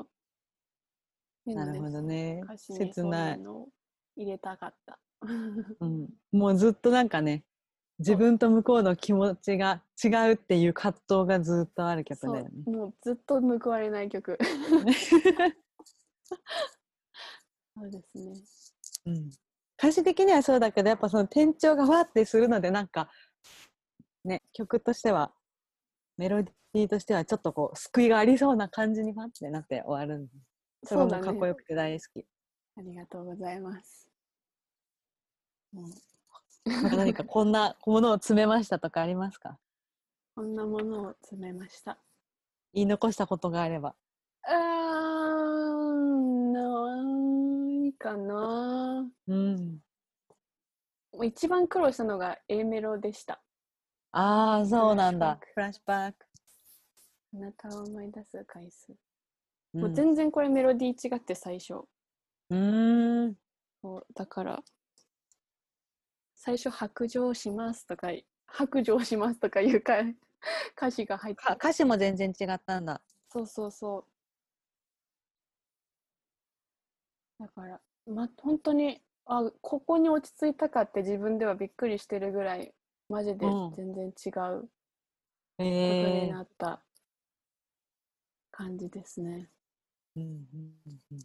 う。
なるほどね
歌詞に
切
そう
ない
いうのを入れたかった。
うん、もうずっとなんかね自分と向こうの気持ちが違うっていう葛藤がずっとある曲
そ
だよね
うもうずっと報われない 曲。そうですね。
うん歌詞的にはそうだけどやっぱその転調がわーってするのでなんかね曲としてはメロディーとしてはちょっとこう救いがありそうな感じにパッてなって終わるんでそれ
そ
も
うだ
かっこ
ね。
よくて大好き、
ありがとうございます。もう
また何かこんなものを詰めましたとかありますか
こんなものを詰めました。
言い残したことがあれば
あーないかな。
うん
もう一番苦労したのが A メロでした。
ああそうなんだフラッシュバック
あなたを思い出す回数。
うん
もう全然これメロディー違って最初。
うーん
そうだから最初「白状します」とか「白状します」とかいうか歌詞が入って
か歌詞も全然違ったんだ
そうそうそうだからま本当にあここに落ち着いたかって自分ではびっくりしてるぐらいマジで
うん
全然違う曲
へ
に
え
なった感じですね。
うんうんうん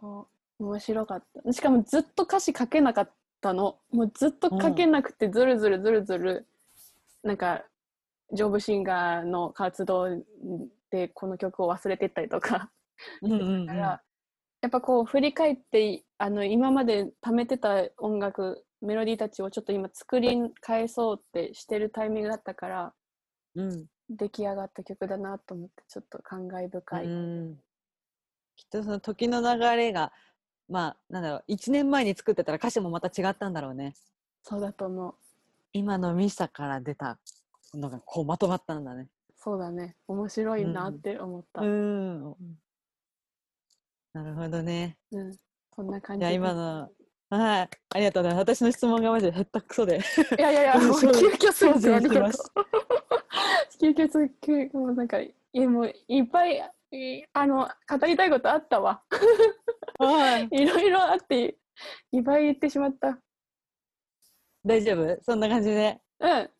そう面白かったしかもずっと歌詞書けなかったのもうずっと書けなくてずるずるずるずるなんかジョブシンガーの活動でこの曲を忘れてったりとか
うんうんうん
だからやっぱこう振り返ってあの今まで貯めてた音楽メロディーたちをちょっと今作り返そうってしてるタイミングだったから
うん
出来上がった曲だなと思ってちょっと感慨深い、
うんきっとその時の流れがまあなんだろう1年前に作ってたら歌詞もまた違ったんだろうね
そうだと思う
今のミサから出たのがこうまとまったんだね
そうだね面白いなって思った、
んなるほどね
うん、そんな感
い
じ
や
です。
今のはいありがとうございます私の質問がマジでへったくそで
いやいやいや、もう
そう
急遽すぎて
そう
ありが
し
とう。急遽すぎて、もうなんか、いやもういっぱい、いあの、語りたいことあったわ。
はい
いろいろあって、いっぱい言ってしまった。
大丈夫そんな感じで
うん。い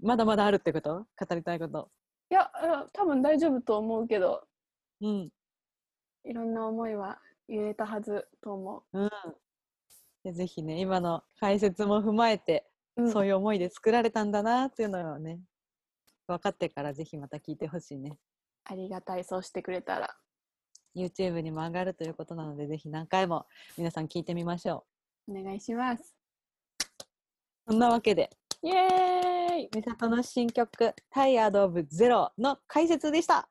まだまだあるってこと語りたいこと
や、うん多分大丈夫と思うけど、
うん
いろんな思いは言えたはずと思
うんでぜひね今の解説も踏まえて
う。うん、
そう
い
いう思いで作られたんだなっていうのをね、分かってからぜひまた聞いてほしいね。
ありがたい、そうしてくれたら。
YouTube にも上がるということなので、ぜひ何回も皆さん聞いてみましょ
お願いします。
う。そんなわけで、
イエーイ
美里の新曲、Tired of Zero の解説でした。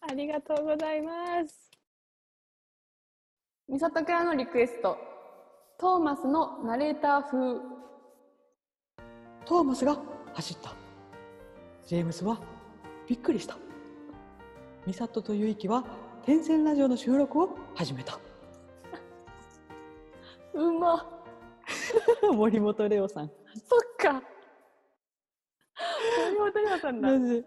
ありがとうございます。みさとからのリクエスト。トーマスのナレーター風
トーマスが走ったジェームスはびっくりしたミサトとユイキは天線ラジオの収録を始めた
うま
森本レオさん
そっか森 本レオさんだ
マジ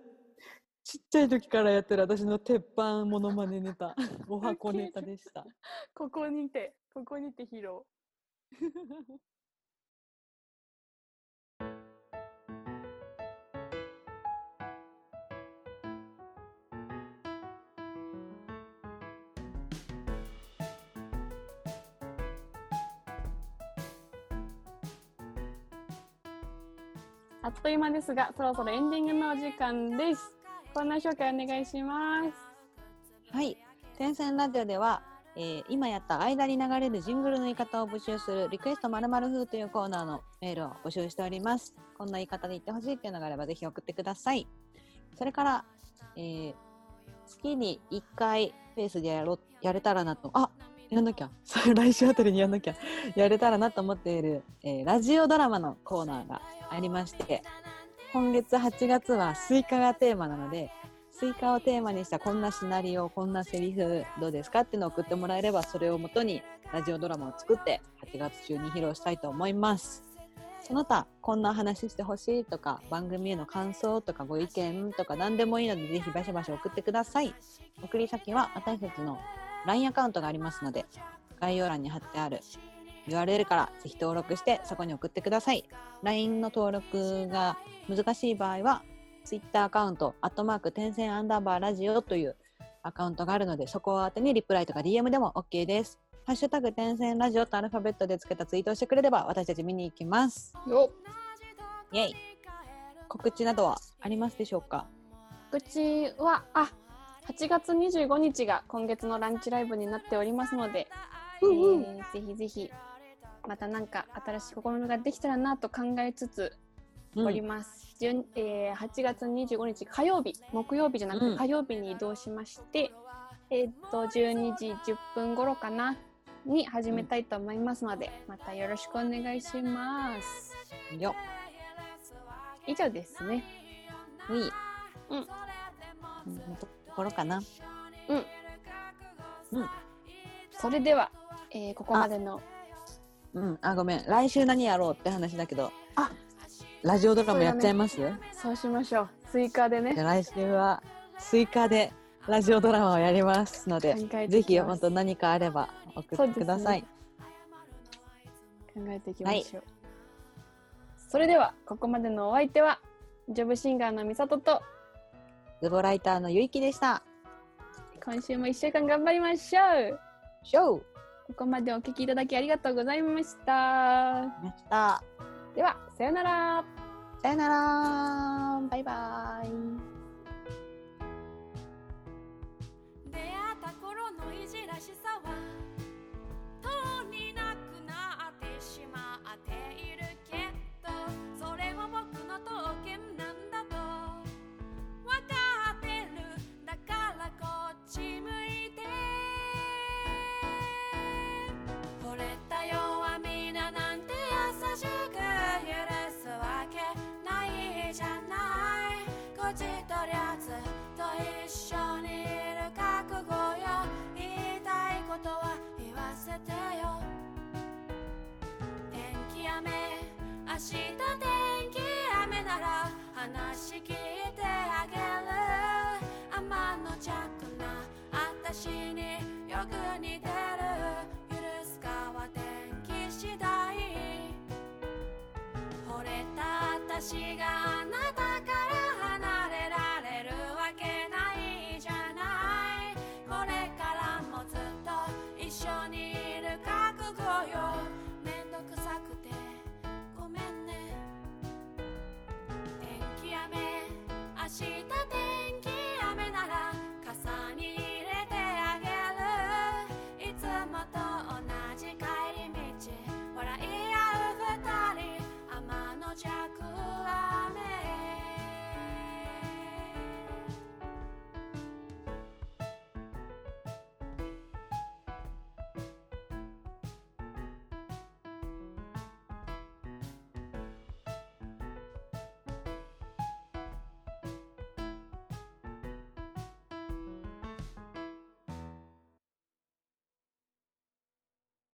ちっちゃい時からやってる私の鉄板モノマネネタお箱ネタでした
ここにてここにて披露あっという間ですが、そろそろエンディングのお時間です。こんな紹介お願いします。
はい天線ラジオでは、えー今やった間に流れるジングルの言い方を募集するリクエストまるまる風というコーナーのメールを募集しておりますこんな言い方で言ってほしいっていうのがあればぜひ送ってくださいそれから、えー月に1回ペースでやろやれたらなとあやんなきゃ 来週あたりにやんなきゃやれたらなと思っている、えーラジオドラマのコーナーがありまして今月8月はスイカがテーマなのでスイカをテーマにしたこんなシナリオこんなセリフどうですかっていうのを送ってもらえればそれをもとにラジオドラマを作って8月中に披露したいと思いますその他こんな話してほしいとか番組への感想とかご意見とか何でもいいのでぜひバシバシ送ってください送り先は私たちの LINE アカウントがありますので概要欄に貼ってある URL からぜひ登録してそこに送ってください LINE の登録が難しい場合はツイッターアカウント、アットマーク、点線アンダーバーラジオというアカウントがあるので、そこを当てにリプライとか DM でも OK です。ハッシュタグ、点線ラジオとアルファベットでつけたツイートをしてくれれば、私たち見に行きます。
よ
イェイ告知などはありますでしょうか
告知はあ8月25日が今月のランチライブになっておりますので、えーぜひぜひまた何か新しい試みができたらなと考えつつおります、じゅんえー8月25日火曜日木曜日じゃなく
うん
て火曜日に移動しまして、えーっと12時10分頃かなに始めたいと思いますので、またよろしくお願いします
うんよ。
以上ですね
うい。
うん
こんなところかな。
それでは、えーここまでの
うん。あ、ごめん。来週何やろうって話だけど。
あ
ラジオドラマやっちゃいます、
そうしましょう追加でね
じゃあ来週はスイカでラジオドラマをやりますので
考えてきます
ぜひ本当何かあれば送ってください、
考えていきましょう、それではここまでのお相手はジョブシンガーのみさとと
ズボライターのゆいきでした
今週も1週間頑張りましょう
ショー
ここまでお聞きいただきありがとうございました
ました
ではさよなら
さよならバイバイ
出会った頃のいじらしさはとうになくなってしまっているけどそれも僕の刀剣なんだとわかってるだからこっち向いて惚れた弱みななんて優しく許すわけないじゃないこじとりゃずっと一緒にいる覚悟よ言いたいことは言わせてよ天気雨明日天気雨なら話聞いてあげる天の着な私によく似てる許すかは天気次第惚れた私が